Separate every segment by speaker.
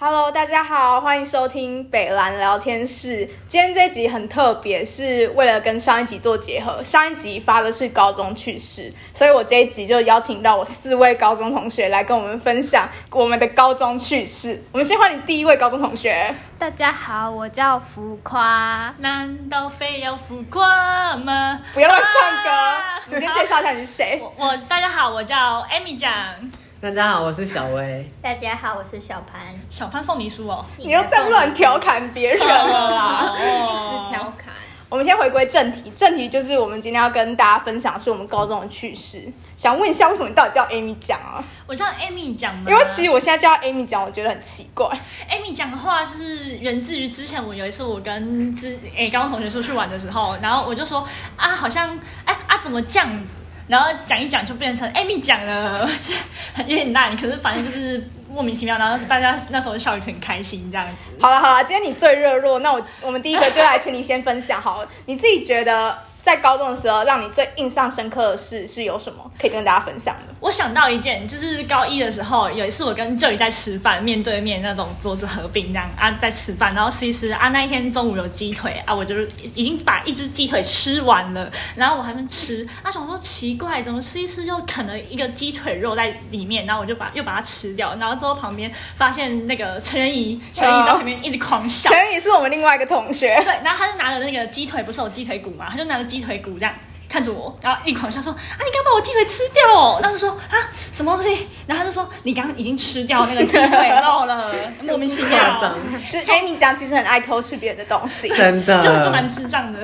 Speaker 1: Hello，大家好，欢迎收听北兰聊天室。今天这一集很特别，是为了跟上一集做结合。上一集发的是高中趣事，所以我这一集就邀请到我四位高中同学来跟我们分享我们的高中趣事。我们先欢迎第一位高中同学，
Speaker 2: 大家好，我叫浮夸。
Speaker 3: 难道非要浮夸吗？
Speaker 1: 不要乱唱歌，
Speaker 3: 啊
Speaker 1: 你先介绍一下你是谁。
Speaker 3: 我我大家好，我叫 Amy 酱，
Speaker 4: 大家好，我是小薇。
Speaker 2: 大家好，我是小潘。
Speaker 3: 小潘凤梨酥哦。
Speaker 1: 你又在乱调侃别人了啦！
Speaker 3: 哦
Speaker 2: 调侃，
Speaker 1: 我们先回归正题，正题就是我们今天要跟大家分享的是我们高中的趣事。想问一下，为什么你到底叫 Amy 讲啊？
Speaker 3: 我叫 Amy 酱吗？
Speaker 1: 因为其实我现在叫 Amy 讲，我觉得很奇怪。
Speaker 3: Amy 讲的话就是源自于之前我有一次我跟之诶、高中同学出去玩的时候，然后我就说啊好像哎啊怎么这样子，然后讲一讲就变成 Amy 讲了， 是有点烂，可是反正就是莫名其妙，然后大家那时候就笑得很开心这样子。
Speaker 1: 好了好了，今天你最热络，那我我们第一个就来请你先分享好了。你自己觉得在高中的时候，让你最印象深刻的事是有什么可以跟大家分享的？
Speaker 3: 我想到一件，就是高一的时候，有一次我跟舅姨在吃饭，面对面那种桌子合并这样啊，在吃饭，然后吃一吃啊，那一天中午有鸡腿啊，我就是已经把一只鸡腿吃完了，然后我还没吃，啊，想说奇怪，怎么吃一吃又啃了一个鸡腿肉在里面，然后我就把又把它吃掉，然后之后旁边发现那个陈仁怡，陈仁怡在旁边一直狂笑，
Speaker 1: 陈也是我们另外一个同 学，
Speaker 3: 对，然后他就拿着那个鸡腿，不是有鸡腿骨嘛，他就拿着鸡腿骨这样看着我，然后一狂笑说：“啊，你刚把我鸡腿吃掉哦！”然后就说：“啊，什么东西？”然后他就说：“你刚刚已经吃掉那个鸡 腿肉了，莫名其
Speaker 4: 夸
Speaker 3: 妙
Speaker 4: 张，，
Speaker 1: 就是 Amy 讲其实很爱偷吃别人的东西，
Speaker 4: 真的，
Speaker 3: 就就蛮智 障的。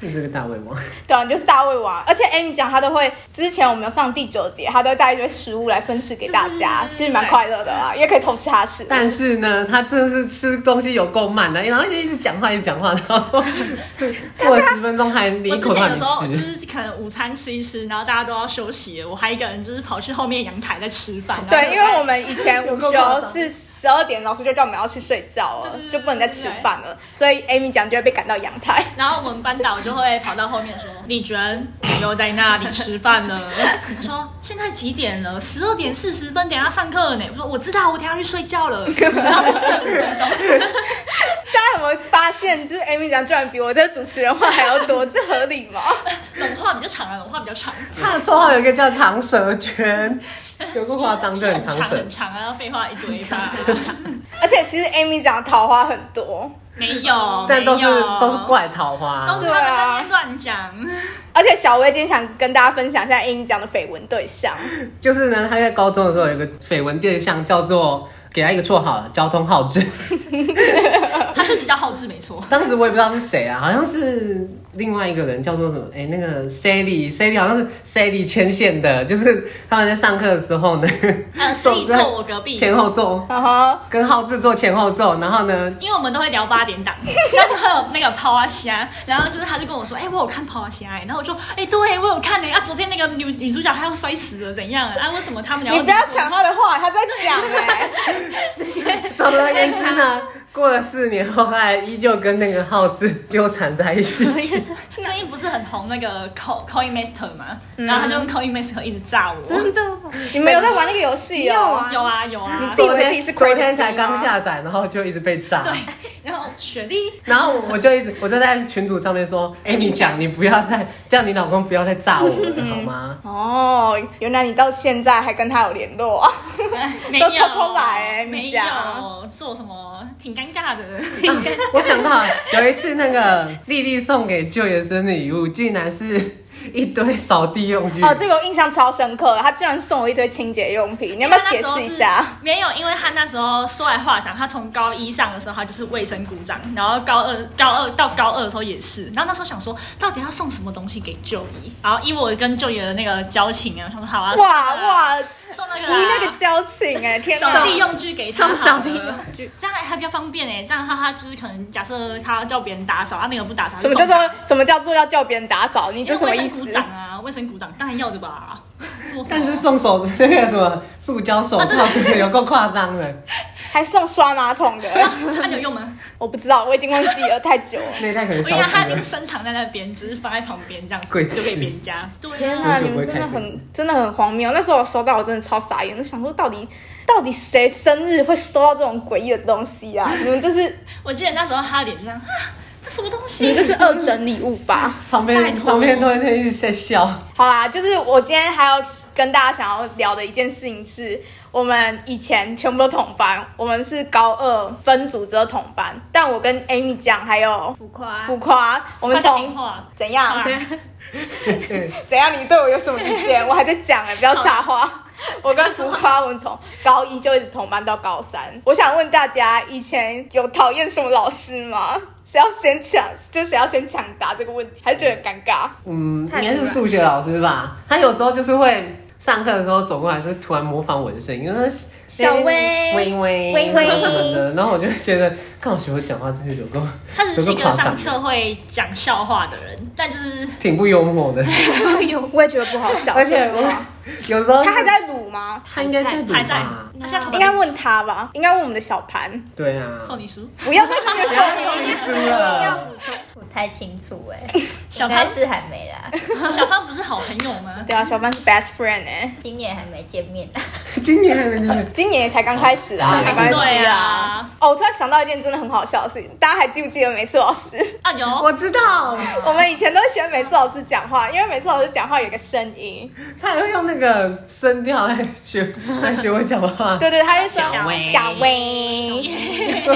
Speaker 4: 你是个大胃王。
Speaker 1: 对啊，你就是大胃王。而且 Amy 讲她都会，之前我们有上第九节，她都会带一堆食物来分食给大家，其实蛮快乐的啦，因为可以偷吃她食物。
Speaker 4: 但是呢，他真的是吃东西有够慢的，然后就一直讲话，一直讲话，然后是过了十分钟还你
Speaker 3: 我
Speaker 4: 一
Speaker 3: 之
Speaker 4: 口都
Speaker 3: 前
Speaker 4: 还
Speaker 3: 有
Speaker 4: 没
Speaker 3: 时候就
Speaker 4: 吃。
Speaker 3: 是可能午餐吃一吃，然后大家都要休息了，我还一个人就是跑去后面阳台在吃饭。然后
Speaker 1: 对，因为我
Speaker 3: 在
Speaker 1: 们以前午
Speaker 4: 够夸
Speaker 1: 休
Speaker 4: 张
Speaker 1: 是十二点，老师就叫我们要去睡觉了
Speaker 3: 对，对对
Speaker 1: 就不能再吃饭了，所以 Amy 讲就会被赶到阳台。
Speaker 3: 然后我们班导就会跑到后面说：“李娟，你又在那里吃饭了。”我 说：“现在几点了？十二点四十分，等一下上课了呢。”我说：“我知道，我等一下去睡觉 了。”然后就睡了五分钟。
Speaker 1: 大家有没有发现，就是 Amy 讲居然比我这个主持人话还要多，这合理吗？
Speaker 3: 冷话比较长啊，冷话比较长，
Speaker 4: 他的绰号有一个叫长舌圈，有够夸张，就很
Speaker 3: 很
Speaker 4: 长
Speaker 3: 长
Speaker 4: 舌
Speaker 3: 很。长啊，废话一堆 吧。
Speaker 1: 而且其实 Amy 讲的桃花很多，
Speaker 3: 没有，
Speaker 4: 但都是
Speaker 3: 没有
Speaker 4: 都是，怪桃
Speaker 3: 都
Speaker 4: 花
Speaker 3: 是，他们在那边乱讲。
Speaker 1: 而且小薇今天想跟大家分享一下 Amy 讲的绯闻对象，
Speaker 4: 就是呢，他在高中的时候有一个绯闻对象叫做，给他一个绰号，交通号志。啊
Speaker 3: 他确实叫浩志，没错。
Speaker 4: 当时我也不知道是谁啊，好像是另外一个人叫做什么？哎、那个 Sally，Sally 好像是 Sally 牵线的，就是他们在上课的时候呢，
Speaker 3: 呃，是你坐我隔壁，
Speaker 4: 啊前后座，
Speaker 1: 然后
Speaker 4: 跟浩志做前后座，然后呢，
Speaker 3: 因为我们都会聊八 点档，那时候有那个抛啊虾，然后就是他就跟我说，哎、我有看抛啊虾、哎，然后我就，哎、对我有看呢、啊，昨天那个女女主角她要摔死了，怎样啊？啊为什么他们聊？
Speaker 1: 你不要抢，她的话，她在讲哎、
Speaker 4: 总而言之呢，过了四年后，他还依旧跟那个浩志纠缠在一
Speaker 1: 哎
Speaker 4: 起。
Speaker 3: 最近不是很红那个 Co- Coin Master 吗？
Speaker 1: 嗯
Speaker 3: 然后他就用 Coin Master 一直炸我，
Speaker 1: 你们有在玩那个游戏哦？
Speaker 3: 啊有啊有啊，
Speaker 1: 自己以为自己是
Speaker 4: 昨
Speaker 1: crazy
Speaker 4: 天才
Speaker 1: 吗
Speaker 4: 刚下载，然后就一直被炸。
Speaker 3: 对，然后雪 莉。
Speaker 4: 然后我就一直我就在群组上面说，哎、你讲，你不要再叫你老公不要再炸 我了，好吗？
Speaker 1: 哦，原来你到现在还跟他有联络啊？
Speaker 3: 哎没
Speaker 1: 都
Speaker 3: 有，
Speaker 1: 偷偷来欸
Speaker 3: 没
Speaker 1: 你讲
Speaker 3: 有，是我什么挺尴尬的，
Speaker 4: 我想到有一次那个丽丽送给舅爷生日礼物，竟然是一堆扫地用
Speaker 3: 嗯
Speaker 4: 具。
Speaker 1: 哦，这个我印象超深刻，他居然送我一堆清洁用品，你要不要解释一下？？
Speaker 3: 没有，因为他那时候说来话长，他从高一上的时候他就是卫生股长，然后高二高二到高二的时候也是，然后那时候想说到底要送什么东西给舅姨，然后因为我跟舅姨的那个交情啊，我想说好啊，送
Speaker 1: 哇
Speaker 3: 那个啊，
Speaker 1: 哇，你
Speaker 3: 送那个啊
Speaker 1: 那个交情哎、天哪！
Speaker 3: 扫地用具给他好了，
Speaker 2: 送扫地用具
Speaker 3: 这样还比较方便哎、这样他他就是可能假设他要叫别人打扫，啊他那个不打扫，
Speaker 1: 什么叫做什么叫做要叫别人打扫？你
Speaker 3: 就
Speaker 1: 这什
Speaker 3: 送
Speaker 1: 么
Speaker 3: 他
Speaker 1: 意
Speaker 3: 因为卫生股
Speaker 1: 思？
Speaker 3: 长啊，卫生股长当然要 的吧，说
Speaker 4: 但是送手那个什么塑胶手套，有够夸张的。
Speaker 1: 还送刷马桶的？
Speaker 3: 那啊你有用吗？
Speaker 1: 我不知道，我已经忘记了太久了。
Speaker 4: 那一代可能
Speaker 3: 我跟
Speaker 4: 消
Speaker 3: 你讲，他
Speaker 4: 失
Speaker 3: 那
Speaker 4: 了
Speaker 3: 个。深藏在那边，只是放在旁边这样子
Speaker 4: 柜，子
Speaker 3: 就给别人家。对
Speaker 1: 天
Speaker 3: 啊，
Speaker 1: 哪，你们真的很真的很荒谬！那时候我收到，我真的超傻眼，就想说到底到底谁生日会收到这种诡异的东西啊？你们这是
Speaker 3: 我记得那时候他的脸就这样，啊，这什么东
Speaker 1: 你
Speaker 3: 西？
Speaker 1: 们这是二整礼物吧？
Speaker 4: 旁
Speaker 3: 拜
Speaker 4: 边
Speaker 3: 托
Speaker 4: 旁边都会一直在笑，
Speaker 1: 好啦，就是我今天还要跟大家想要聊的一件事情是，我们以前全部都同班，我们是高二分组之后同班，但我跟 Amy 讲，还有
Speaker 2: 浮夸
Speaker 1: 浮夸，我们
Speaker 3: 快讲电
Speaker 1: 从
Speaker 3: 话。
Speaker 1: 怎样
Speaker 3: 怎
Speaker 1: 怎样，你对我有什么意见？我还在讲哎、不要插话。 我跟浮夸，我们从高一就一直同班到高三。我想问大家，以前有讨厌什么老师吗？谁要先抢？就谁要先抢答这个问题，还是觉得很尴 尬？
Speaker 4: 嗯，应
Speaker 2: 太
Speaker 4: 该是数学老师吧，他有时候就是会上课的时候走过来，就突然模仿我的声音，就说
Speaker 2: 小薇
Speaker 4: 微微
Speaker 2: 微微
Speaker 4: 什么的，然后我就觉得， 看我学会讲话，真是有个
Speaker 3: 他只是一
Speaker 4: 有个
Speaker 3: 个
Speaker 4: 夸张
Speaker 3: 上课会讲笑话的人，但就是
Speaker 4: 挺不幽默的，
Speaker 1: 我也觉得不好笑。
Speaker 4: 而且
Speaker 1: 说实话
Speaker 4: 我有时候
Speaker 1: 他还，在卤吗？
Speaker 4: 他应该在读
Speaker 3: 还在
Speaker 4: 吧，，
Speaker 3: 他现在从
Speaker 1: 应该问他吧，应该问我们的小盘。
Speaker 4: 对啊，
Speaker 3: 扣你书，
Speaker 1: 不要再这个
Speaker 4: 不要你输
Speaker 1: 啊
Speaker 4: 了，
Speaker 2: 哎不太清楚哎、
Speaker 3: 小
Speaker 2: 应
Speaker 3: 潘
Speaker 2: 该是还没啦，
Speaker 3: 小胖不是好朋友吗？
Speaker 1: 对啊，小班是 best friend 哎、
Speaker 2: 今年还没见面。
Speaker 4: 今年还没进去
Speaker 1: 今年才刚开始啊，没关系
Speaker 3: 对
Speaker 1: 啊
Speaker 3: 啊。
Speaker 1: 哦，我突然想到一件真的很好笑的事情，大家还记不记得美术老师？
Speaker 3: 啊有，
Speaker 1: 哦
Speaker 4: 我知道，
Speaker 1: 我们以前都喜欢美术老师讲话，因为美术老师讲话有一个声音，
Speaker 4: 他还会用那个声调来 学来学我讲话，
Speaker 1: 对对，他就说
Speaker 3: 小薇
Speaker 1: 小薇。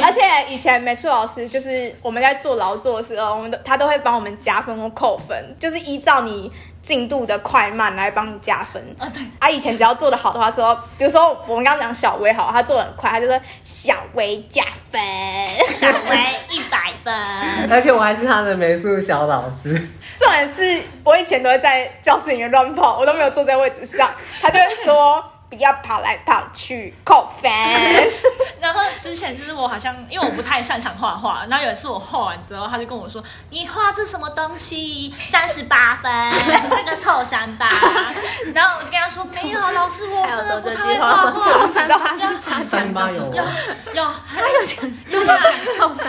Speaker 1: 而且以前美术老师就是我们在做劳作的时候，我们都他都会帮我们加分或扣分，就是依照你进度的快慢来帮你加分。
Speaker 3: 啊对，
Speaker 1: 啊，以前只要做的好的话说，比如说我们刚刚讲小薇好，她做的很快，她就说小薇加分。
Speaker 3: 小薇一百分，
Speaker 4: 而且我还是他的美术小老师，
Speaker 1: 重点是我以前都会在教室里面乱跑，我都没有坐在位置上，她就会说不要跑来跑去，扣分。
Speaker 3: 然后之前就是我好像因为我不太擅长画画，然后有一次我画完之后，他就跟我说：“你画这什么东 西？三十八分，这个凑三 八。”然后我就跟他说：“没有，老师，我哦真的不太会画画。
Speaker 1: 三八
Speaker 2: 是他
Speaker 4: 三 八有，然”
Speaker 1: 啊
Speaker 3: 有，他有有啦，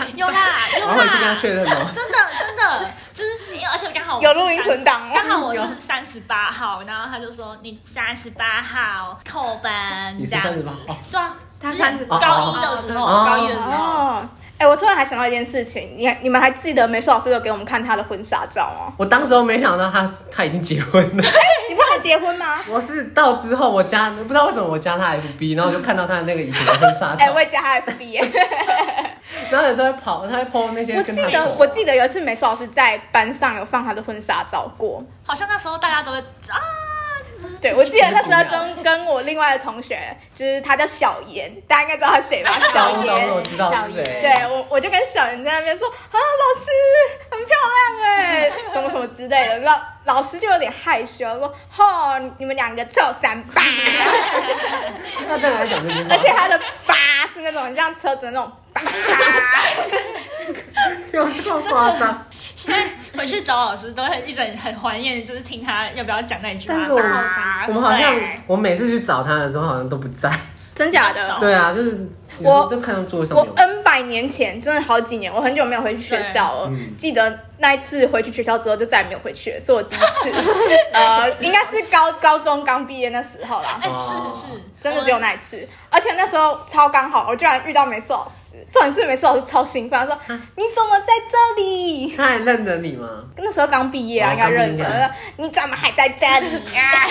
Speaker 3: 有啦，有
Speaker 4: 后
Speaker 3: 啦，
Speaker 4: 我去跟他确认 哦。
Speaker 3: 真的真的，就是因为而且刚好我
Speaker 1: 有
Speaker 3: 是
Speaker 1: 录音
Speaker 3: 30
Speaker 1: 存档哦
Speaker 3: 刚好我是三十八号，然后他就说你三十八号扣分
Speaker 4: 你是
Speaker 3: 这样子
Speaker 4: 38哦，
Speaker 3: 对啊，
Speaker 2: 他
Speaker 3: 之
Speaker 2: 38
Speaker 3: 前高一的时候，
Speaker 4: 哦
Speaker 3: 高一的时候。
Speaker 1: 哦，哎、我突然还想到一件事情，你你们还记得美术老师有给我们看她的婚纱照 吗？
Speaker 4: 我当时候没想到他他已经结婚 了，
Speaker 1: 你不能结婚吗？
Speaker 4: 我是到之后我加不知道为什么我加他 FB，然后我就看到他的那个以前的婚纱
Speaker 1: 哎、
Speaker 4: 照
Speaker 1: 我，也加她 FB 耶、
Speaker 4: 然后有时候会跑，他会 PO 那些
Speaker 1: 我
Speaker 4: 跟
Speaker 1: 记
Speaker 4: 他
Speaker 1: 得我记得有一次美术老师在班上有放她的婚纱照过，
Speaker 3: 好像那时候大家都会啊，
Speaker 1: 对我记得那时候跟跟我另外的同学，就是她叫小妍，大家应该知道她谁吧？
Speaker 4: 高
Speaker 1: 小
Speaker 4: 中
Speaker 1: 妍
Speaker 4: 的，我知道是谁，
Speaker 1: 对我我就跟小妍在那边说啊，老师很漂亮哎、 什么什么之类的，老老师就有点害羞说，吼、你们两个凑三八。
Speaker 4: 那再来讲就是，
Speaker 1: 而且它的八是那种很像车子的那种八，
Speaker 4: 有这么夸张，
Speaker 3: 现在回去找老师都会一直很怀念，就是听他要不要讲那一句话。
Speaker 4: 但是我们
Speaker 3: 啊
Speaker 4: 我们好像
Speaker 3: 对
Speaker 4: 我每次去找他的时候好像都不在，
Speaker 1: 真假
Speaker 3: 比较
Speaker 1: 的
Speaker 3: 少？
Speaker 4: 对啊， 就是
Speaker 1: 我
Speaker 4: 有时候就看到桌上
Speaker 1: 哦我
Speaker 4: 有。
Speaker 1: N 百年前真的好几年，我很久没有回去学校了。
Speaker 4: 嗯
Speaker 1: 记得那一次回去学校之后，就再也没有回去了，是我第一次。呃，应该是高高中刚毕业那时候啦，
Speaker 3: 哎，
Speaker 4: 哦
Speaker 3: 是是，
Speaker 1: 真的只有那一次。而且那时候超刚好，我居然遇到美术老师。重点是美术老师超兴奋，他说：“
Speaker 4: 啊
Speaker 1: 你怎么在这里？”
Speaker 4: 他还认得你吗？
Speaker 1: 那时候刚毕业啊，
Speaker 4: 哦
Speaker 1: 应该认得。
Speaker 4: 刚毕业
Speaker 1: 他说你怎么还在这里 啊？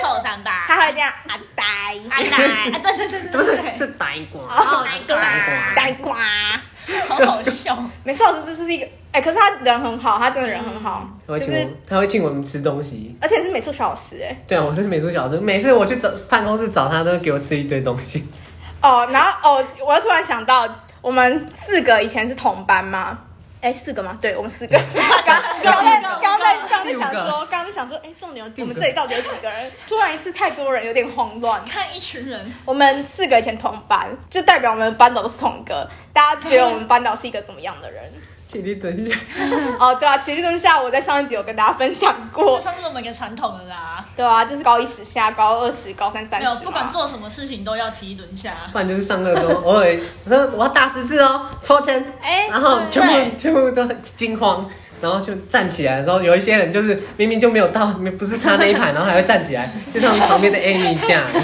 Speaker 3: 臭三八，
Speaker 1: 他会这样阿呆。
Speaker 3: 阿奶，啊对对对对，
Speaker 4: 不是，
Speaker 3: 对
Speaker 4: 是呆瓜。
Speaker 1: 哦
Speaker 3: 对
Speaker 1: 呆瓜。
Speaker 3: 好好笑。
Speaker 1: 美术老师这就是一个，哎、可是他人很好，他真的人很好，
Speaker 4: 他会
Speaker 1: 就
Speaker 4: 请
Speaker 1: 是
Speaker 4: 我，他会请我们吃东西。
Speaker 1: 而且是美术小老师哎、
Speaker 4: 对啊，我是美术小老师，每次我去找办公室找他，都会给我吃一堆东西。
Speaker 1: 哦，然后哦，我又突然想到，我们四个以前是同班吗？哎，四个吗？对，我们 四个。刚刚在刚刚在刚刚在想
Speaker 4: 六
Speaker 1: 说，刚刚在想说，哎，重点有
Speaker 4: 六
Speaker 1: 我
Speaker 4: 个
Speaker 1: 们这里到底有几个人？突然一次太多人，有点慌乱。
Speaker 3: 看一群人，
Speaker 1: 我们四个以前同班，就代表我们班导都是同一个。大家觉得我们班导是一个怎么样的人？
Speaker 4: 请你等一下，
Speaker 3: 嗯
Speaker 1: 哦，对啊，其实蹲下，我在上一集有跟大家分享过
Speaker 3: 这，算是我们一个传统的啦。
Speaker 1: 对啊，就是高一十下，高二十，高三三
Speaker 3: 没
Speaker 1: 十嘛
Speaker 3: 有，，不管做什么事情都要提一顿下。
Speaker 4: 不然就是上课的时候， 偶尔我说我要打十字哦，抽签，
Speaker 1: 哎
Speaker 4: 然后全部
Speaker 3: 对
Speaker 4: 全部都很惊慌，然后就站起来，然后有一些人就是明明就没有 到，没不是他那一排，然后还会站起来，就像旁边的 Amy 这样，
Speaker 1: 跟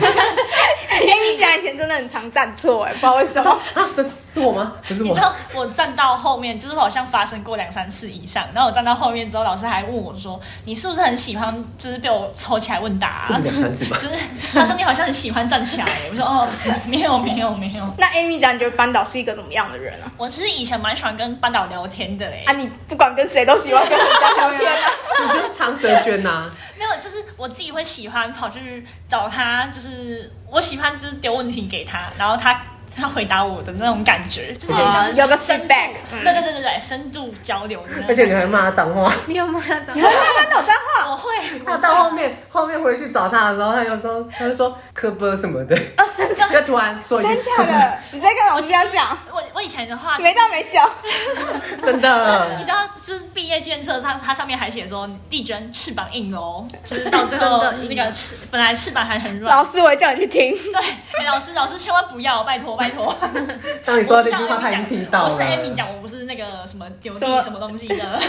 Speaker 1: 你讲，真的很常站错哎、不知道为什么。
Speaker 4: 啊，这是我吗？不是
Speaker 3: 你
Speaker 4: 我
Speaker 3: 知。道我站到后面，就是我好像发生过两三次以上。然后我站到后面之后，老师还问我说：“你是不是很喜欢，就是被我抽起来问答、
Speaker 4: 不
Speaker 3: 啊
Speaker 4: 止？”两三次吧
Speaker 3: 就。是他说你好像很喜欢站起来耶，我说哦，没有没有没有，
Speaker 1: 那 Amy 讲，你觉得班导是一个怎么样的人啊？
Speaker 3: 我其实以前蛮喜欢跟班导聊天的哎
Speaker 1: 啊，，你不管跟谁都喜欢跟人家聊天啊。
Speaker 4: 你就是长舌娟呐、
Speaker 3: 没有，就是我自己会喜欢跑去找他，就是我喜欢就是丢问题给他，然后他他回答我的那种感觉，
Speaker 4: 啊
Speaker 3: 就是很像是
Speaker 1: 哦有个
Speaker 3: 深度
Speaker 1: feedback，嗯
Speaker 3: 对对对对对，深度交流的那种
Speaker 4: 而且你还骂他脏话。
Speaker 5: 你有骂脏
Speaker 1: 你会骂班导脏话？
Speaker 3: 我会，
Speaker 4: 他到后面后面回去找他的时候，他有时候他就说科波什么的，
Speaker 3: 哦
Speaker 4: 就突然说一
Speaker 1: 真
Speaker 4: 句
Speaker 1: 假的？你在跟老师家讲，
Speaker 3: 我我以前的话、就是
Speaker 1: 没大没小。
Speaker 4: 真
Speaker 3: 你
Speaker 4: 的。
Speaker 3: 知道，就是毕业建设上，它上面还写说丽娟翅膀硬哦， 就是到最
Speaker 5: 真
Speaker 3: 后
Speaker 5: 的
Speaker 4: 啊
Speaker 3: 那个翅本来翅膀还很软
Speaker 1: 老。师，我会叫你去听。
Speaker 3: 对，哎老师，老师千万不要，拜托，拜 托。
Speaker 4: 当你说到这句话，他已经听到了。
Speaker 3: 我是 Amy 讲，我不是那个什么丢地
Speaker 1: 什么
Speaker 3: 什么东西 的。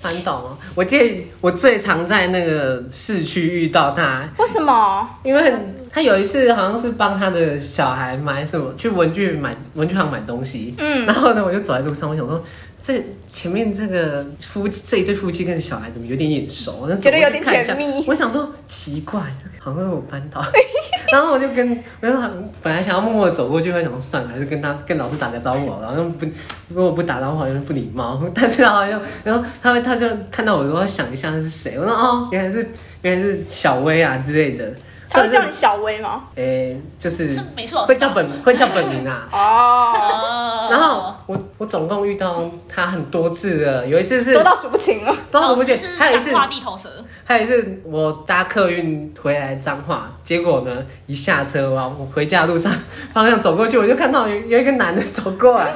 Speaker 4: 翻倒吗？我记得我最常在那个市区遇到他，
Speaker 1: 为什么？
Speaker 4: 因为很他有一次好像是帮他的小孩买什么，去文具买文具行买东西，
Speaker 1: 嗯
Speaker 4: 然后呢，我就走在路上，我想说。这前面这个夫妻这一对夫妻跟小孩怎么有点眼熟？我就走
Speaker 1: 觉得有
Speaker 4: 过去
Speaker 1: 点
Speaker 4: 看一下
Speaker 1: 甜蜜
Speaker 4: 我想说奇怪，好像是我班导。 然后我就跟，我就本来想要默默地走过去，我想说算了，还是跟他跟老师打个招呼好了，然后不如果不打招呼好像不礼貌。 但是好像然后他们他就看到我说想一下是谁，我说哦原来是原来是小薇啊之类的。
Speaker 1: 他会
Speaker 4: 就是
Speaker 1: 叫你小薇吗？。
Speaker 4: 诶、就是
Speaker 3: 是美术老师
Speaker 4: 会叫本会叫本名 啊
Speaker 1: 哦，
Speaker 3: 哦
Speaker 4: 然后我我总共遇到他很多次了，有一次是
Speaker 1: 多到数不清了。
Speaker 4: 都
Speaker 3: 老
Speaker 4: 很不解
Speaker 3: 师是
Speaker 4: 还有一次
Speaker 3: 脏话地头蛇，
Speaker 4: 还有一次我搭客运回来彰化，结果呢一下车哇，我回家的路上方向走过去，我就看到有有一个男的走过来，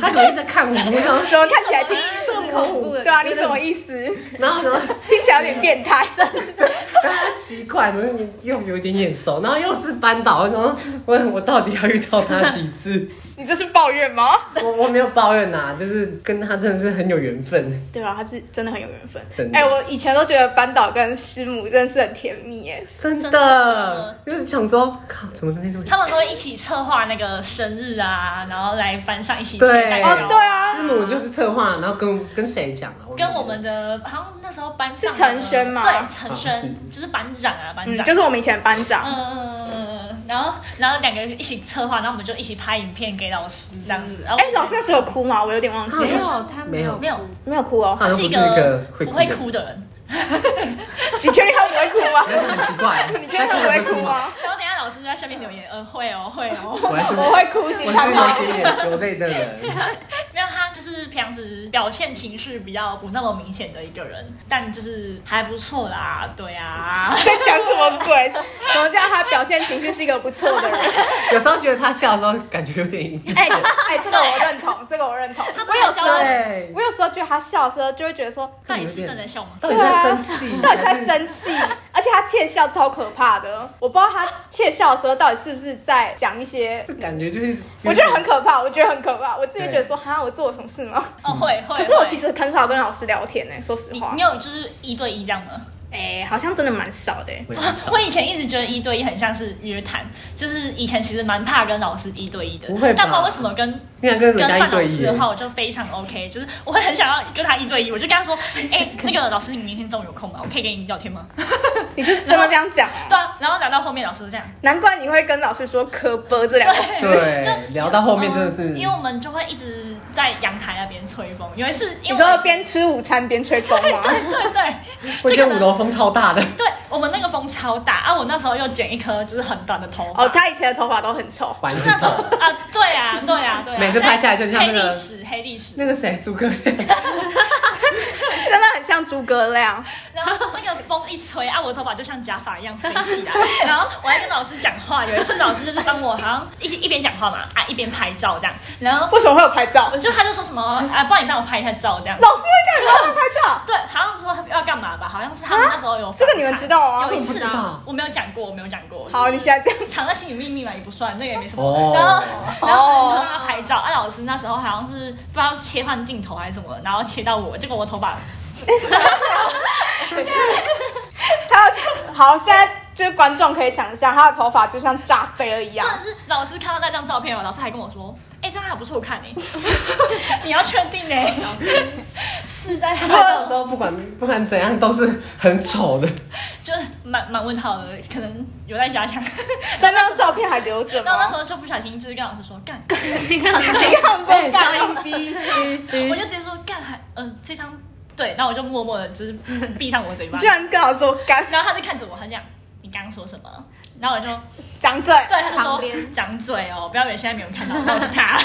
Speaker 4: 他怎么一直在看我？我想说
Speaker 1: 怎么看起来挺
Speaker 4: 这么
Speaker 5: 恐
Speaker 4: 恐
Speaker 5: 怖
Speaker 4: 怖
Speaker 5: 的，
Speaker 1: 对啊？你什么意思？
Speaker 4: 然后呢？
Speaker 1: 听起来有点变态。
Speaker 4: 他啊奇怪，我说你又有点眼熟，然后又是班导，然后我我到底要遇到他几次？
Speaker 1: 你这是抱怨吗？
Speaker 4: 我我没有抱怨呐、就是跟他真的是很有缘分。
Speaker 1: 对啊，他是真的很有缘分。
Speaker 4: 真的
Speaker 1: 哎、我以前都觉得班导跟师母真的是很甜蜜哎。
Speaker 4: 真的，
Speaker 3: 真的
Speaker 4: 就是想说，靠，怎么那么
Speaker 3: 他们都会一起策划那个生日啊，然后来班上一起
Speaker 4: 对
Speaker 3: 切蛋糕
Speaker 1: 哦，对啊，
Speaker 4: 师母就是策划，然后跟跟谁讲啊？
Speaker 3: 跟我们的好像那时候班上的
Speaker 1: 是陈轩吗
Speaker 3: 对，陈
Speaker 4: 好像
Speaker 3: 轩就是班长啊，班
Speaker 1: 嗯，
Speaker 3: 长。
Speaker 1: 就是我们以前的班长。
Speaker 3: 嗯，然后然后两个一起策划，然后我们就一起拍影片给老师这样子。哎、
Speaker 1: 哎、老师那时候有哭吗？我有点忘记
Speaker 4: 没
Speaker 5: 没
Speaker 1: 了。
Speaker 5: 有，他没有
Speaker 3: 没有，
Speaker 1: 没有哭哦。
Speaker 4: 好像
Speaker 3: 是
Speaker 4: 不
Speaker 3: 一
Speaker 4: 是一个
Speaker 3: 个
Speaker 4: 会
Speaker 3: 不
Speaker 4: 哭
Speaker 3: 会
Speaker 4: 的，
Speaker 3: 哭的人。
Speaker 1: 你确定他不会哭吗？
Speaker 4: 真的很奇 怪。
Speaker 1: 你确定他不会哭吗？
Speaker 3: 然后等一下老师在下面留言，呃，会哦，会
Speaker 4: 他
Speaker 3: 哦。
Speaker 4: 真的会哭吗？
Speaker 1: 我
Speaker 4: 我还
Speaker 1: 会
Speaker 4: 是
Speaker 1: 哭，金
Speaker 4: 我
Speaker 1: 汤包。
Speaker 4: 是有一点点流泪的人，
Speaker 3: 没有，他就是平时表现情绪比较不那么明显的一个人，但就是还不错啦，对啊。
Speaker 1: 在讲什么鬼？什么叫他表现情绪是一个不错的 人？
Speaker 4: 有时候觉得他笑的时候感觉有点阴
Speaker 1: 哎哎，这个我认同，这个我认同。我有时候，
Speaker 4: 对，
Speaker 1: 我有时候觉得他笑的时候，就会觉得说，
Speaker 3: 到底是真的笑吗？
Speaker 4: 到底是在生气，
Speaker 1: 啊到底是在生气，而且他窃笑超可怕的。我不知道他窃笑的时候到底是不是在讲一些，
Speaker 4: 这感觉就是，
Speaker 1: 我觉得很可怕，我觉得很可怕。我自己觉得说，哈，我做了什么事吗？
Speaker 3: 哦，会会。
Speaker 1: 可是我
Speaker 3: 会
Speaker 1: 其实很少跟老师聊天呢、说实
Speaker 3: 你
Speaker 1: 话
Speaker 3: 你，有就是一对一这样吗？
Speaker 1: 哎、好像真的蛮少的、欸
Speaker 4: 我也很少
Speaker 3: 我以前一直觉得一对一很像是约谈，就是以前其实蛮怕跟老师一对一的，
Speaker 4: 不会吧
Speaker 3: 但不知道为什么跟
Speaker 4: 你想跟人
Speaker 3: 跟
Speaker 4: 家
Speaker 3: 范
Speaker 4: 一对
Speaker 3: 老
Speaker 4: 一
Speaker 3: 师
Speaker 4: 耶
Speaker 3: 的，话，我就非常 OK，就是我会很想要跟他一对一，我就跟 他说，哎、那个老师，你明天中午有空吗？我可以跟你聊天吗？
Speaker 1: 你是真的这样讲啊？
Speaker 3: 对啊，然后聊到后面，老师就这样。
Speaker 1: 难怪你会跟老师说科波这两个 字。
Speaker 4: 对，聊到后面真的是
Speaker 3: 嗯因为我们就会一直在阳台那边吹风。有一次，因
Speaker 1: 你
Speaker 3: 为
Speaker 1: 说
Speaker 3: 我们
Speaker 1: 边吃午餐边吹风吗？
Speaker 3: 对对，
Speaker 4: 我觉得五楼风超大的，
Speaker 3: 对我们那个风超大啊！我那时候又剪一颗就是很短的头发，
Speaker 1: 哦，他以前的头发都很丑。
Speaker 4: 丸
Speaker 3: 就是
Speaker 4: 子
Speaker 3: 那种
Speaker 4: 头。
Speaker 3: 啊，对啊，对啊，对啊，
Speaker 4: 每次拍下来就像那
Speaker 3: 黑
Speaker 4: 个
Speaker 3: 历史，黑历史。
Speaker 4: 那个谁，诸葛 亮，
Speaker 1: 真的很像诸葛亮，
Speaker 3: 然后那个风一吹啊，我的头发就像假发一样飞起来。 然后我还跟老师讲话，有一次老师就是帮我好像一一边讲话嘛啊一边拍照这样，然后
Speaker 1: 为什么会有拍照？
Speaker 3: 我就他就说什 么啊，不然你帮我拍一下照这样。
Speaker 1: 老师会叫你帮他拍照？
Speaker 3: 对，好像说要干嘛吧，好像是他们那时候有
Speaker 1: 这个你们知道啊
Speaker 3: 有一
Speaker 4: 这我不
Speaker 3: 次
Speaker 4: 知道
Speaker 3: 啊，我没有讲过，我没有讲过。
Speaker 1: 好，你现在这样，
Speaker 3: 藏在心里秘密嘛，也不算，那个也没什么。
Speaker 4: 哦
Speaker 3: 然后，然后就让他拍照。啊，老师那时候好像是不知道切换镜头还是什么，然后切到我，结果我头发
Speaker 1: 他要好，现在就是观众可以想象，他的头发就像炸飞了一样
Speaker 3: 真。的是老师看到那张照片哦，老师还跟我说：“哎、这张还不错看哎、 你要确定哎、是在
Speaker 4: 拍照的时候不管不管怎样都是很丑的，
Speaker 3: 就是蛮蛮问号的，可能有待加强。
Speaker 1: 三张照片还留着
Speaker 3: 然后那时
Speaker 1: 吗？
Speaker 3: 候就不小心就是跟老师说干，
Speaker 5: 请让
Speaker 1: 你看
Speaker 4: 哎
Speaker 1: 说
Speaker 4: 消
Speaker 1: 干
Speaker 4: 音逼逼
Speaker 3: 我
Speaker 4: 逼
Speaker 3: 就直接说干还呃这张对，然后我就默默的就是闭上我嘴巴
Speaker 1: 居，然跟我说干
Speaker 3: 然后他就看着我，他这样你刚刚说什么？然后我就
Speaker 1: 张嘴，
Speaker 3: 对他就
Speaker 5: 旁
Speaker 3: 说
Speaker 5: 边
Speaker 3: 张嘴哦，不要以为现在没有人看到，然后我就啪，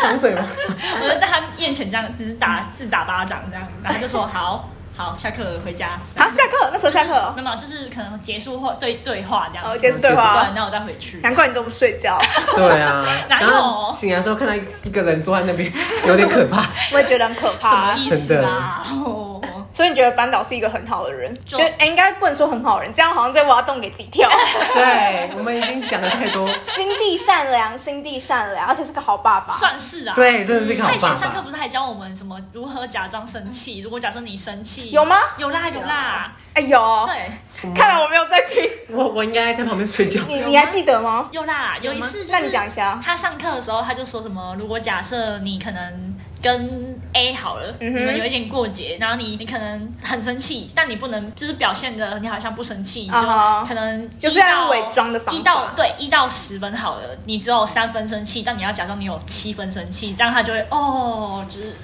Speaker 4: 张嘴吗？
Speaker 3: 我就在他面前这样只打自打巴掌这样，然后他就说好好下课了回家。
Speaker 1: 好下课，那时候下课哦，
Speaker 3: 那么就是可能结束后对对话这样
Speaker 1: 哦
Speaker 3: 子，
Speaker 1: 结束对
Speaker 3: 对，
Speaker 1: 话哦，
Speaker 3: 然后我再回去。
Speaker 1: 难怪你都不睡觉，
Speaker 4: 对啊，
Speaker 3: 哪有
Speaker 4: 然后醒来的时候看到一一个人坐在那边，有点可怕。
Speaker 1: 我也觉得很可
Speaker 3: 什么
Speaker 1: 怕。
Speaker 3: 意思啊？哦，
Speaker 1: 所以你觉得班导是一个很好的人？
Speaker 3: 就
Speaker 1: 就哎应该不能说很好的人，这样好像在挖洞给自己 跳。
Speaker 4: 对，我们已经讲了太多，
Speaker 1: 心地善良，心地善良，而且是个好爸爸。
Speaker 3: 算是啊。
Speaker 4: 对，真的是一个
Speaker 3: 他
Speaker 4: 好
Speaker 3: 以
Speaker 4: 爸
Speaker 3: 前上课
Speaker 4: 爸。
Speaker 3: 不是还教我们什么如何假装生气？如果假设你生
Speaker 1: 嗯
Speaker 3: 气，
Speaker 1: 有吗
Speaker 3: 有啦有啦，
Speaker 1: 哎呦，
Speaker 3: 对，
Speaker 1: 看来我没有在听。
Speaker 4: 我我应该在旁边睡觉。
Speaker 1: 你你还记得吗？
Speaker 3: 有啦。有一次就
Speaker 1: 那你
Speaker 3: 是
Speaker 1: 讲一下。
Speaker 3: 他上课的时候，他就说什么，如果假设你可能跟 A 好了，
Speaker 1: 嗯
Speaker 3: 你
Speaker 1: 哼
Speaker 3: 们有一点过节，然后你你可能很生气，但你不能就是表现的你好像不生气，你就
Speaker 1: 啊哈
Speaker 3: 可能
Speaker 1: 就是
Speaker 3: 一到
Speaker 1: 要用伪装的方法
Speaker 3: 一到对一到十分好了，你只有三分生气，但你要假装你有七分生气，这样他就会哦，就是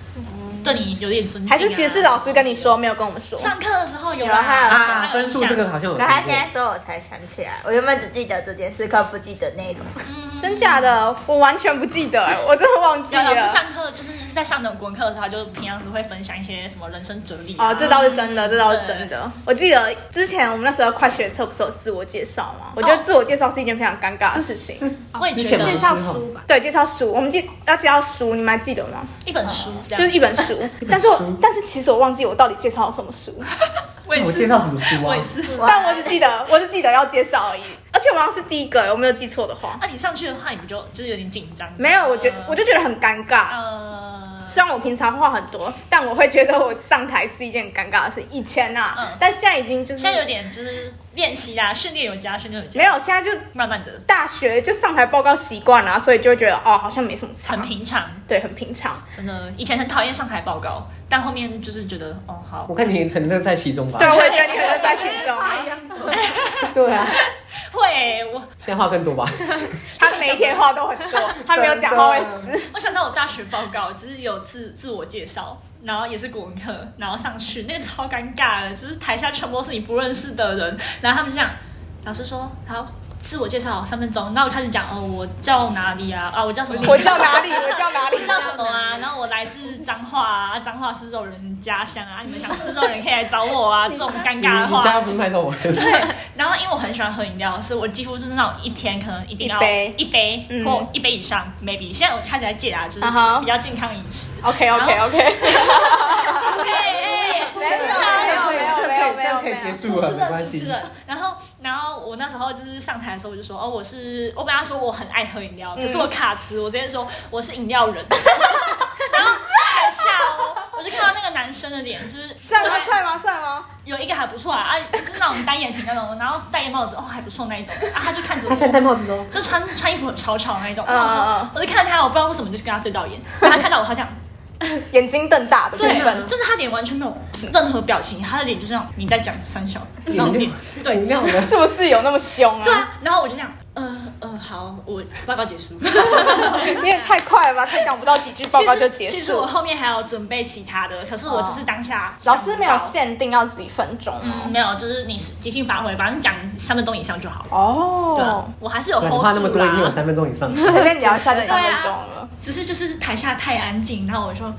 Speaker 3: 对你有点尊敬啊、
Speaker 1: 还是其实是老师跟你说，没有跟我们说。
Speaker 3: 上课的时候有
Speaker 2: 有啊他有
Speaker 4: 啊，分数这个好像有听
Speaker 2: 然后他现
Speaker 4: 过。
Speaker 2: 在说，我才想起来，我原本只记得这件事，可不记得内容。
Speaker 1: 真假的，我完全不记得，哎我真的忘记
Speaker 3: 有老师
Speaker 1: 了。
Speaker 3: 上课就是在上那种国文课的时候，他就平常时会分享一些什么人生哲理啊
Speaker 1: 哦，这倒是真的，这倒是真的。我记得之前我们那时候快学测不是有自我介绍吗？我觉
Speaker 3: 哦
Speaker 1: 得自我介绍是一件非常尴尬的事情。
Speaker 3: 我也
Speaker 4: 之
Speaker 3: 觉
Speaker 4: 前
Speaker 3: 得
Speaker 4: 吗
Speaker 5: 介绍书吧，
Speaker 1: 对，介绍书，我们记要介绍书，你们还记得吗？
Speaker 3: 一本书这样，
Speaker 1: 就是一本 书，但是我但是其实我忘记我到底介绍了什么书，
Speaker 3: 我也
Speaker 4: 我
Speaker 3: 是
Speaker 4: 介绍什么书
Speaker 3: 我
Speaker 4: 啊
Speaker 3: 也？是。
Speaker 1: 但我只记得我只记得要介绍而已，而且我好像是第一个，我没有记错的话。
Speaker 3: 那、你上去的话，你不就就是有点紧张？
Speaker 1: 没有，我觉我就觉得很尴尬，
Speaker 3: 呃，
Speaker 1: 虽然我平常话很多，但我会觉得我上台是一件很尴尬的事。以前啊，
Speaker 3: 嗯
Speaker 1: 但现在已经就是
Speaker 3: 现在有点就是练习啊，训练有加，训练有加，
Speaker 1: 没有，现在就
Speaker 3: 慢慢的，
Speaker 1: 大学就上台报告习惯了、所以就会觉得哦，好像没什么差
Speaker 3: 很，平常。
Speaker 1: 对，很平常。
Speaker 3: 真的，以前很讨厌上台报告，但后面就是觉得哦好
Speaker 4: 我，看你很乐在其中吧
Speaker 1: 对，？我也觉得你可能在其 中，
Speaker 4: 对啊，
Speaker 3: 会我
Speaker 4: 现在话更多吧？
Speaker 1: 他每一天话都很多，他没有讲话会死。
Speaker 3: 我想到我大学报告，只是有自自我介绍，然后也是国文课，然后上去那个超尴尬的，就是台下全部都是你不认识的人，然后他们就这样，老师说好。自我介绍三分钟，那我开始讲哦，我叫哪里啊？啊，我叫什么？
Speaker 1: 我叫哪里？我叫 哪里？
Speaker 3: 叫什么啊？然后我来自彰化啊，彰化是肉人家乡啊，你们想吃肉人可以来找我啊，这种尴
Speaker 4: 你
Speaker 3: 尬的
Speaker 4: 你家
Speaker 3: 话。
Speaker 4: 不是拍照我？
Speaker 3: 然后因为我很喜欢喝饮料，所以我几乎就是那种一天可能一定要
Speaker 1: 一杯
Speaker 3: 一杯
Speaker 1: 嗯
Speaker 3: 或一杯以上，maybe。现在我开始在戒啊，就是
Speaker 1: 啊哈哦
Speaker 3: 比较健康饮食。
Speaker 1: OK OK OK，
Speaker 3: 对，
Speaker 1: 没有没有没有
Speaker 4: 这
Speaker 1: 没有
Speaker 4: 样可
Speaker 1: 没
Speaker 4: 以
Speaker 1: 有
Speaker 4: 结。束
Speaker 3: 主
Speaker 4: 了，
Speaker 3: 持
Speaker 4: 没
Speaker 3: 人，
Speaker 4: 关
Speaker 3: 主
Speaker 4: 系
Speaker 3: 持。人。然后，然后我那时候就是上台的时候，我就说，哦，我是我本来说我很爱喝饮料，可是我卡词，我直接说我是饮料人。 然后台下哦，我就看到那个男生的脸，就是
Speaker 1: 帅吗？帅吗？帅吗？
Speaker 3: 有一个还不错啊，啊，就是那种单眼皮那种，然后戴帽子哦还不错那一种，啊，他就看着
Speaker 4: 他喜欢戴
Speaker 3: 我。
Speaker 4: 帽子哦。
Speaker 3: 就穿穿衣服很潮潮那一种，
Speaker 1: 嗯
Speaker 3: 然后我
Speaker 1: 嗯
Speaker 3: 说
Speaker 1: 嗯
Speaker 3: 我就看着他，我不知道为什么就跟他对到眼，然后他看到我，他讲
Speaker 1: 眼睛瞪大的部
Speaker 3: 对啊
Speaker 1: 分，，
Speaker 3: 就是他脸完全没有任何表情，他的脸就是那种你在讲三小那种脸
Speaker 4: 饮，料，饮料的。
Speaker 1: 是不是有那么凶
Speaker 3: 对
Speaker 1: 啊？
Speaker 3: 啊，然后我就这样，呃呃，好，我报告 结束，
Speaker 1: 你也太快了吧，才讲不到几句，报告就结
Speaker 3: 其实其实
Speaker 1: 束哦
Speaker 3: 我。后面还有准备其他的，可是我就是当下想
Speaker 1: 老
Speaker 3: 不到
Speaker 1: 师没有限定要几分钟哦吗？
Speaker 3: 嗯没有，就是你是即兴发挥，反正讲三分钟以上就好。对啊
Speaker 1: 哦，，
Speaker 3: 我还是有
Speaker 4: 对
Speaker 3: hold
Speaker 4: 你
Speaker 3: 住
Speaker 4: 话那么多，一定有
Speaker 3: 啦，
Speaker 4: 三分钟以上。
Speaker 1: 随便聊一下就三
Speaker 3: 对啊
Speaker 1: 分钟了。
Speaker 3: 只是就是台下太安静，然后我说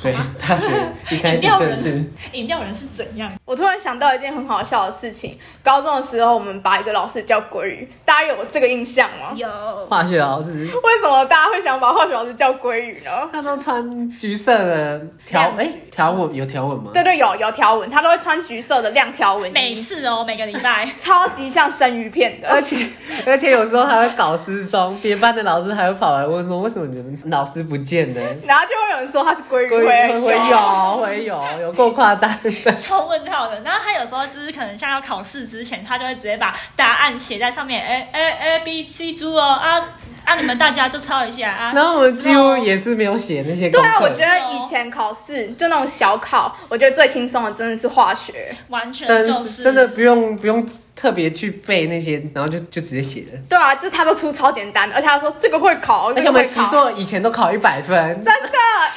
Speaker 4: 对，大学一开
Speaker 3: 饮
Speaker 4: 始
Speaker 3: 料
Speaker 4: 正是
Speaker 3: 人，饮料人是怎样？
Speaker 1: 我突然想到一件很好笑的事情，高中的时候我们把一个老师叫国语，大家有这个印象吗？
Speaker 2: 有，
Speaker 4: 化学老师，
Speaker 1: 为什么大家会想把化学老师叫鲑鱼呢？
Speaker 4: 他都穿橘色的条，哎，条纹有条纹吗？
Speaker 1: 对对，有有条纹，他都会穿橘色的亮条纹
Speaker 3: 每
Speaker 1: 衣，
Speaker 3: 次哦，每个礼拜
Speaker 1: 超级像生鱼片的，
Speaker 4: 而且而且有时候还会搞失踪，别班的老师还会跑来问说，为什么你们老师不见呢？
Speaker 1: 然后就会有人说他是鲑鱼
Speaker 4: 会
Speaker 1: 会
Speaker 4: 会有会有有有够夸张的。
Speaker 3: 超问号的。然后他有时候就是可能像要考试之前，他就会直接把答案写在上面，哎哎哎 B C 猪哦啊啊！你们大家就抄一下 啊。
Speaker 4: 然后我几乎也是没有写那些
Speaker 1: 对
Speaker 4: 功课。
Speaker 1: 啊，我觉得以前考试就那种小考，我觉得最轻松的真的是化学。
Speaker 3: 完全
Speaker 4: 真
Speaker 3: 就是
Speaker 4: 真的不用不用特别去背那些，然后就就直接写了。
Speaker 1: 对啊，就是他都出超简单的，而且他说这个会考，
Speaker 4: 而且
Speaker 1: 这个
Speaker 4: 我
Speaker 1: 会
Speaker 4: 们习
Speaker 1: 考，
Speaker 4: 作以前都考一百分，
Speaker 1: 真的，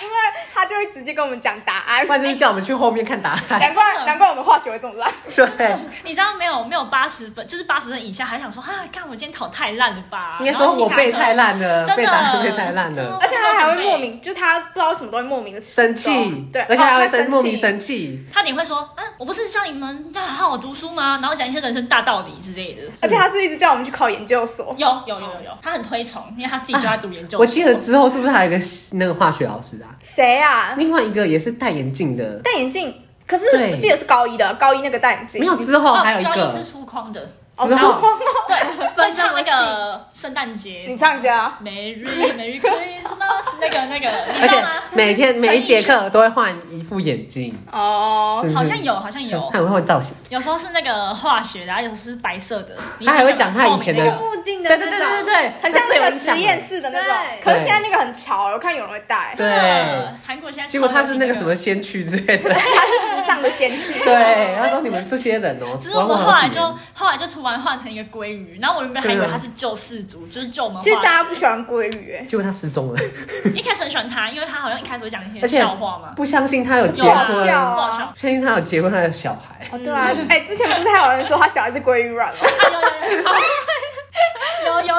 Speaker 1: 因为他就会直接跟我们讲答案。
Speaker 4: 或者就是叫我们去后面看答案。
Speaker 1: 难怪难怪我们化学会这么 烂。
Speaker 4: 对，
Speaker 3: 你知道没有没有八十分，就是八十分以下，还想说啊，看我今天考太烂了吧？
Speaker 4: 应该说我背太烂
Speaker 3: 然，
Speaker 4: 了
Speaker 3: 后其
Speaker 4: 背答
Speaker 3: 他
Speaker 4: 案
Speaker 3: 科，真的
Speaker 4: 背太烂了，
Speaker 1: 而且他还会莫。名，就是他不知道什么都会莫名的
Speaker 4: 生气，
Speaker 1: 对，
Speaker 4: 而且还会
Speaker 1: 哦他
Speaker 4: 生莫名
Speaker 1: 气
Speaker 4: 生气。
Speaker 3: 他你会说啊，我不是叫你们要好好读书吗？然后讲一些人生大道理之类的。
Speaker 1: 而且他是一直叫我们去考研究所，
Speaker 3: 有有有有有，他很推崇，因为他自己就在读研究所。
Speaker 4: 我记得之后是不是还有一个那个化学老师啊？
Speaker 1: 谁啊？
Speaker 4: 另外一个也是戴眼镜的，
Speaker 1: 戴眼镜，可是
Speaker 4: 对
Speaker 1: 我记得是高一的，高一那个戴眼镜
Speaker 4: 没有之后还有一
Speaker 3: 高一
Speaker 4: 个
Speaker 3: 哦是，出框的，
Speaker 1: 哦，
Speaker 4: 之后
Speaker 1: 然后呢
Speaker 3: 对，分上那个圣诞节，
Speaker 1: 你唱歌啊，
Speaker 3: Merry Merry Christmas 那个那个，你知
Speaker 4: 而且
Speaker 3: 道吗？
Speaker 4: 每天每一节课都会换一副眼镜，
Speaker 1: 哦，
Speaker 4: 真的
Speaker 3: 好像有，好像有
Speaker 4: 他，很会换造型。
Speaker 3: 有时候是那个化学的，啊有时候是白色的。你
Speaker 4: 他还会讲他以前的
Speaker 3: 后面那个
Speaker 1: 附近的
Speaker 4: 对对对对对对，
Speaker 1: 很像
Speaker 4: 他最有
Speaker 1: 那个
Speaker 4: 印
Speaker 1: 实
Speaker 4: 象了
Speaker 1: 验室的那种
Speaker 2: 对，
Speaker 1: 可是现在那个很潮，我看有人会戴，
Speaker 4: 对
Speaker 3: 呃韩国现在
Speaker 4: 结果他是那个什么先驱之类 的。
Speaker 1: 它是时尚的先驱。
Speaker 4: 对，他说你们这些人哦、
Speaker 3: 只是
Speaker 4: 玩
Speaker 3: 我
Speaker 4: 我
Speaker 3: 们后
Speaker 4: 好
Speaker 3: 来
Speaker 4: 几
Speaker 3: 就
Speaker 4: 年。
Speaker 3: 后来就突然换成一个鲑鱼，然后我原本还以为他是救世主，就是救我们化
Speaker 1: 其
Speaker 3: 学。
Speaker 4: 啊
Speaker 1: 实大家不喜欢鲑鱼，哎
Speaker 4: 结果他失踪了，
Speaker 3: 一开始很喜欢他，因为他好像一开始会讲一
Speaker 4: 而
Speaker 3: 些
Speaker 4: 且
Speaker 3: 笑话嘛，
Speaker 4: 不相信他有结
Speaker 1: 好
Speaker 4: 婚，
Speaker 1: 笑
Speaker 4: 相
Speaker 3: 不好
Speaker 1: 啊
Speaker 3: 笑！
Speaker 4: 信他有结婚，他有小孩。
Speaker 1: 哦对啊，哎，之前不是还有人说他小孩是鲑鱼卵吗？
Speaker 3: 有有有有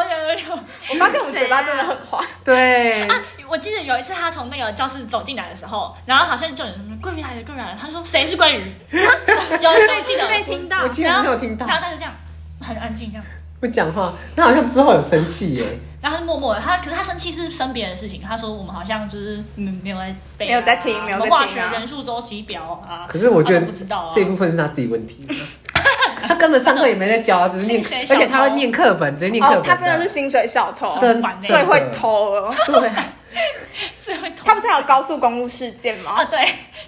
Speaker 3: 有。
Speaker 1: 我发现我们嘴巴真的很
Speaker 2: 啊
Speaker 1: 滑。
Speaker 4: 对，
Speaker 3: 啊！我记得有一次他从那个教室走进来的时候，然后好像就有人说鲑鱼来了，鲑鱼来了。他说谁是鲑鱼？ 有我记得
Speaker 2: 被听到
Speaker 4: 我，竟然没有听到
Speaker 3: 然后他就这样很安静这样，
Speaker 4: 不讲话。他好像之后有生气耶，
Speaker 3: 然后他就默默的，他可是他生气是生别人的事情，他说我们好像就是嗯没有在背啊，
Speaker 1: 没有在听
Speaker 3: 什么
Speaker 1: 没有在听啊
Speaker 3: 化学元素周期表啊。
Speaker 4: 可是我觉
Speaker 3: 他
Speaker 4: 得
Speaker 3: 都不知道啊
Speaker 4: 这一部分是他自己问题。 他根本上课也没在教 啊，只是念
Speaker 3: 薪水，小
Speaker 4: 而
Speaker 3: 偷
Speaker 4: 且他会念课本，直接念课
Speaker 1: 哦
Speaker 4: 本。，
Speaker 1: 他真的是薪水小偷，
Speaker 4: 真
Speaker 3: 很烦欸
Speaker 1: 最会偷了。
Speaker 4: 对，
Speaker 3: 最会偷
Speaker 1: 他不是还有高速公路事件
Speaker 3: 啊
Speaker 1: 吗？
Speaker 3: 对，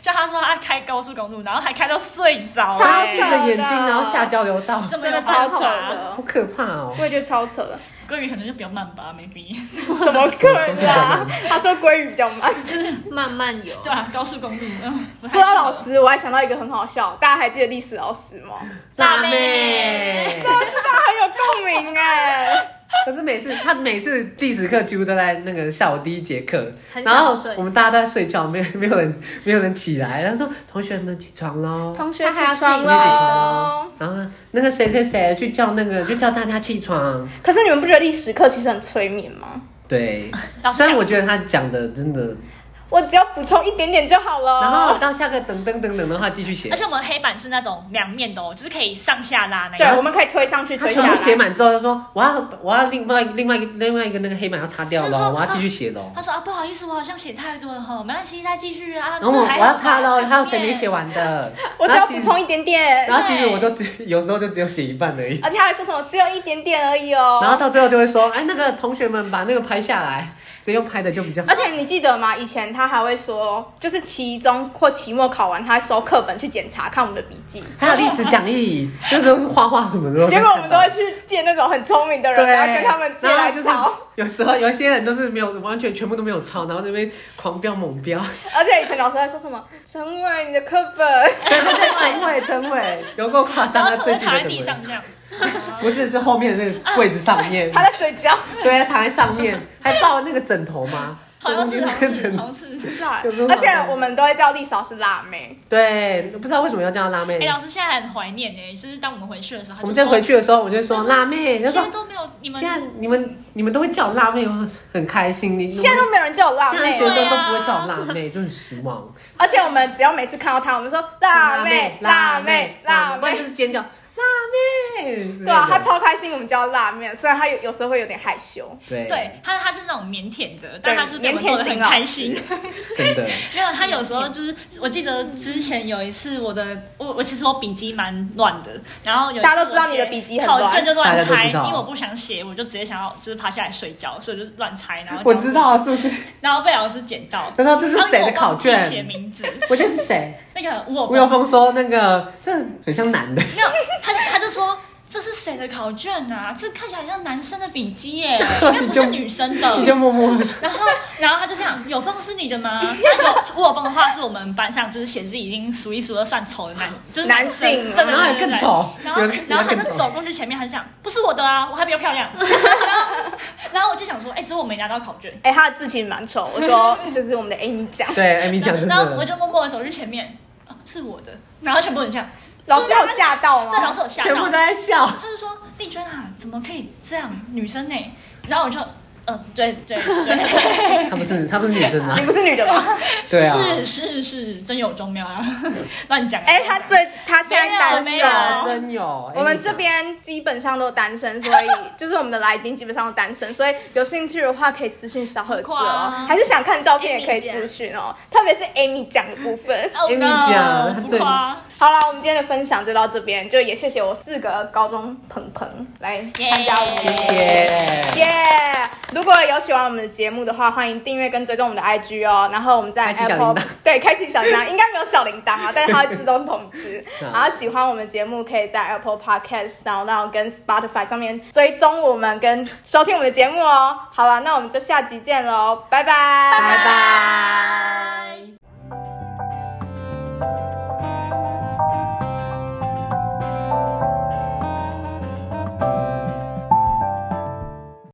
Speaker 3: 就他说他开高速公路，然后还开到睡着、
Speaker 1: 超
Speaker 4: 他要闭
Speaker 3: 欸，
Speaker 1: 屌
Speaker 4: 着眼睛，然后下交流道，
Speaker 3: 这么
Speaker 1: 真
Speaker 3: 有
Speaker 1: 的超
Speaker 3: 方
Speaker 1: 扯
Speaker 3: 法，
Speaker 4: 好
Speaker 1: 的，
Speaker 4: 可怕哦、
Speaker 1: 我也觉得超扯的。
Speaker 3: 鲑鱼可能就比较慢吧，maybe
Speaker 1: 什么
Speaker 4: 都是
Speaker 1: 课
Speaker 4: 这
Speaker 1: 啊
Speaker 4: 样？
Speaker 1: 他说鲑鱼比较慢。
Speaker 2: 慢慢游。
Speaker 3: 对吧、高速公路，嗯，不太
Speaker 1: 哦说到
Speaker 3: 适合
Speaker 1: 老师，我还想到一个很好笑，大家还记得历史老师吗？
Speaker 4: 辣
Speaker 3: 辣妹
Speaker 4: 妹。
Speaker 1: 真的很有共鸣哎！
Speaker 4: 可是每次他每次历史课几乎都在那个下午第一节课，
Speaker 2: 很
Speaker 4: 然
Speaker 2: 想
Speaker 4: 后
Speaker 2: 睡
Speaker 4: 我们大家都在睡觉，没有没有人没有人起来，他说同学们起床喽。
Speaker 1: 同学
Speaker 2: 学
Speaker 1: 起
Speaker 2: 起
Speaker 1: 床
Speaker 2: 床
Speaker 4: 同学起床
Speaker 1: 喽
Speaker 4: 喽！，然后那个谁谁谁去叫那个，就叫大家起床。
Speaker 1: 可是你们不觉得历史课其实很催眠吗？
Speaker 4: 对
Speaker 3: 老，师
Speaker 4: 虽然
Speaker 3: 讲
Speaker 4: 我觉得他讲的真的，
Speaker 1: 我只要补充一点点就好了。
Speaker 4: 然后到下课等等等等，然后他继续写
Speaker 3: 而，且我们黑板是那种两面的哦，就是可以上下拉那
Speaker 1: 对，
Speaker 3: 个。
Speaker 1: 我们可以推上去，
Speaker 4: 他
Speaker 1: 推下
Speaker 4: 全部
Speaker 1: 来。
Speaker 4: 写满之后，他说我要我要另外另外一个另外一个那个黑板要擦
Speaker 1: 啊
Speaker 4: 掉
Speaker 3: 他就
Speaker 4: 了，
Speaker 3: 说
Speaker 4: 我要继续写哦喽。
Speaker 3: 他说啊，不好意思，我好像写太多了哈，没关系，再继续啊。
Speaker 4: 然后我
Speaker 3: 这还
Speaker 4: 我
Speaker 3: 好
Speaker 4: 要
Speaker 3: 吧
Speaker 4: 擦喽，还有谁没
Speaker 3: 面
Speaker 4: 写完的？
Speaker 1: 我只
Speaker 4: 然
Speaker 1: 要
Speaker 4: 后其
Speaker 1: 补
Speaker 4: 实
Speaker 1: 充一点点，
Speaker 4: 然后其实我都只有时候就只有写一半而已。
Speaker 1: 而且他还说什么只有一点点而已哦。
Speaker 4: 然后到最后就会说，哎，那个同学们把那个拍下来，直接用拍的就比较好
Speaker 1: 而。且你记得吗？以前他还会说，就是期中或期末考完，他还收课本去检查看我们的笔记。
Speaker 4: 还有历史讲义， 那个画画什么的。
Speaker 1: 结果我们都会去借那种很聪明的人，
Speaker 4: 对，
Speaker 1: 然后跟他们借来
Speaker 4: 然后
Speaker 1: 抄。
Speaker 4: 就是有时候有些人都是没有完全全部都没有抄，然后那边狂飙猛飙。
Speaker 1: 而且以前老师还说什么“陈伟，你的课 本
Speaker 4: 对 对对，陈伟陈伟有够夸
Speaker 3: 然
Speaker 4: 张
Speaker 3: 后
Speaker 4: 的，
Speaker 3: 手
Speaker 4: 最
Speaker 3: 就
Speaker 4: 近
Speaker 3: 躺在
Speaker 4: 的
Speaker 3: 地上啊
Speaker 4: 陈伟
Speaker 3: 这样，
Speaker 4: 不是是后面的那个柜子上”，面，
Speaker 1: 他在睡觉。
Speaker 4: 对，躺在上面还抱那个枕头吗？
Speaker 3: 好像是
Speaker 4: 那
Speaker 3: 好
Speaker 4: 个
Speaker 3: 像是
Speaker 4: 枕头
Speaker 3: 好像是。
Speaker 4: 有没有
Speaker 1: 而且我们都会叫历史老师辣妹，
Speaker 4: 对，不知道为什么要叫她辣妹
Speaker 3: 哎，。老师现在很怀念哎，就是当我们回去的时候，他
Speaker 4: 我
Speaker 3: 就
Speaker 4: 们
Speaker 3: 说
Speaker 4: 再回，去的时候，我就说
Speaker 3: 就是
Speaker 4: 辣妹，你就
Speaker 3: 现
Speaker 4: 说
Speaker 3: 在都没有你们
Speaker 4: 现在你们你们都会叫我辣妹，我很开心。你
Speaker 1: 现在都没有人叫我辣
Speaker 4: 现在
Speaker 1: 妹
Speaker 4: 学
Speaker 1: 了。
Speaker 4: 生都不会叫我
Speaker 3: 啊
Speaker 4: 辣妹，就很失望。
Speaker 1: 而且我们只要每次看到她，我们说辣妹、辣妹、辣
Speaker 4: 不然就
Speaker 1: 妹。
Speaker 4: 是尖叫辣妹。
Speaker 1: 对啊，她
Speaker 4: 他
Speaker 1: 超开心，我们叫她辣妹。虽然她有有时候会有点害羞，
Speaker 4: 对
Speaker 3: 对他他是那种腼腆的，但他是被我们
Speaker 1: 腼腆啊
Speaker 3: 逗得
Speaker 1: 型
Speaker 3: 很
Speaker 1: 老师
Speaker 3: 开心。
Speaker 4: 真的
Speaker 3: 没有，他有时候就是，我记得之前有一次我的，我我其实我笔记蛮乱的，然后有一次
Speaker 1: 大家都知道
Speaker 3: 我写
Speaker 1: 你的笔记很乱
Speaker 3: 考卷就乱
Speaker 4: 大
Speaker 3: 猜，
Speaker 4: 家都知道
Speaker 3: 因为我不想写，我就直接想要就是趴下来睡觉，所以我就乱猜，然后
Speaker 4: 我知道是不是？
Speaker 3: 然后被老师捡到，
Speaker 4: 他说这是谁的考卷
Speaker 3: 然后我忘记写名字，
Speaker 4: 我就是谁？
Speaker 3: 那个吴有
Speaker 4: 吴
Speaker 3: 峰
Speaker 4: 有峰说那个这很像男 的，
Speaker 3: 没有，他就他就说这是谁的考卷啊？这看起来像男生的笔记 耶，应该不是女生的。
Speaker 4: 你就默默地
Speaker 3: 然后， 然后他就这样，有风是你的吗？那有我有风的话，是我们班上就是显示已经数一数二算丑的男，就是
Speaker 1: 男性
Speaker 3: 对对对
Speaker 4: 然后哦还
Speaker 3: 对
Speaker 4: 更
Speaker 3: 对
Speaker 4: 丑
Speaker 3: 然后
Speaker 4: 有人，
Speaker 3: 然后他
Speaker 4: 有人更
Speaker 3: 就
Speaker 4: 丑
Speaker 3: 走过去前面，他就讲不是我的啊，我还比较漂 亮。然后，然后我就想说，哎，只有我没拿到考卷。
Speaker 1: 哎、他的字其实蛮丑。我说，就是我们的 Amy 讲，
Speaker 4: 对艾米讲真
Speaker 3: 然后我
Speaker 4: 的，
Speaker 3: 就默默的走去前面，啊是我的。然后全部人这样，
Speaker 1: 老师有吓到
Speaker 3: 对，老
Speaker 1: 吗
Speaker 3: 师？有吓到，
Speaker 4: 全部都在笑。
Speaker 3: 他就说：“丽娟啊，怎么可以这样？女生呢、然后我就，嗯、对对对，
Speaker 4: 她不是她不是女生 吗
Speaker 1: 你？不是女的吧？
Speaker 4: 对啊，
Speaker 3: 是是是，真有中喵啊， 乱讲啊。
Speaker 1: 哎、他最他现在单
Speaker 3: 没有没
Speaker 1: 身
Speaker 3: 有。
Speaker 4: 真有。
Speaker 1: 我们这边基本上都单身，所以 就是我们的来宾基本上都单身，所以有兴趣的话可以私讯小盒子
Speaker 3: 很快
Speaker 1: 哦
Speaker 3: 啊，
Speaker 1: 还是想看照片也可以私讯哦，特别是 Amy 讲的部分。
Speaker 3: 哦
Speaker 4: 跟你
Speaker 3: no，
Speaker 4: 讲他
Speaker 3: 浮
Speaker 4: 最
Speaker 3: 夸
Speaker 1: 好啦，我们今天的分享就到这边，就也谢谢我四个高中朋朋来参加我们的
Speaker 4: 谢谢。
Speaker 1: 耶如果有喜欢我们的节目的话，欢迎订阅跟追踪我们的 IG 哦。然后我们在
Speaker 4: 开启小铃
Speaker 1: Apple
Speaker 4: 铛
Speaker 1: 对开启小铃 铛，应该没有小铃铛啊，但是它会自动通知。
Speaker 4: 好
Speaker 1: 然后喜欢我们的节目，可以在 Apple Podcast、然后跟 Spotify 上面追踪我们跟收听我们的节目哦。好了，那我们就下集见喽，拜拜，拜拜。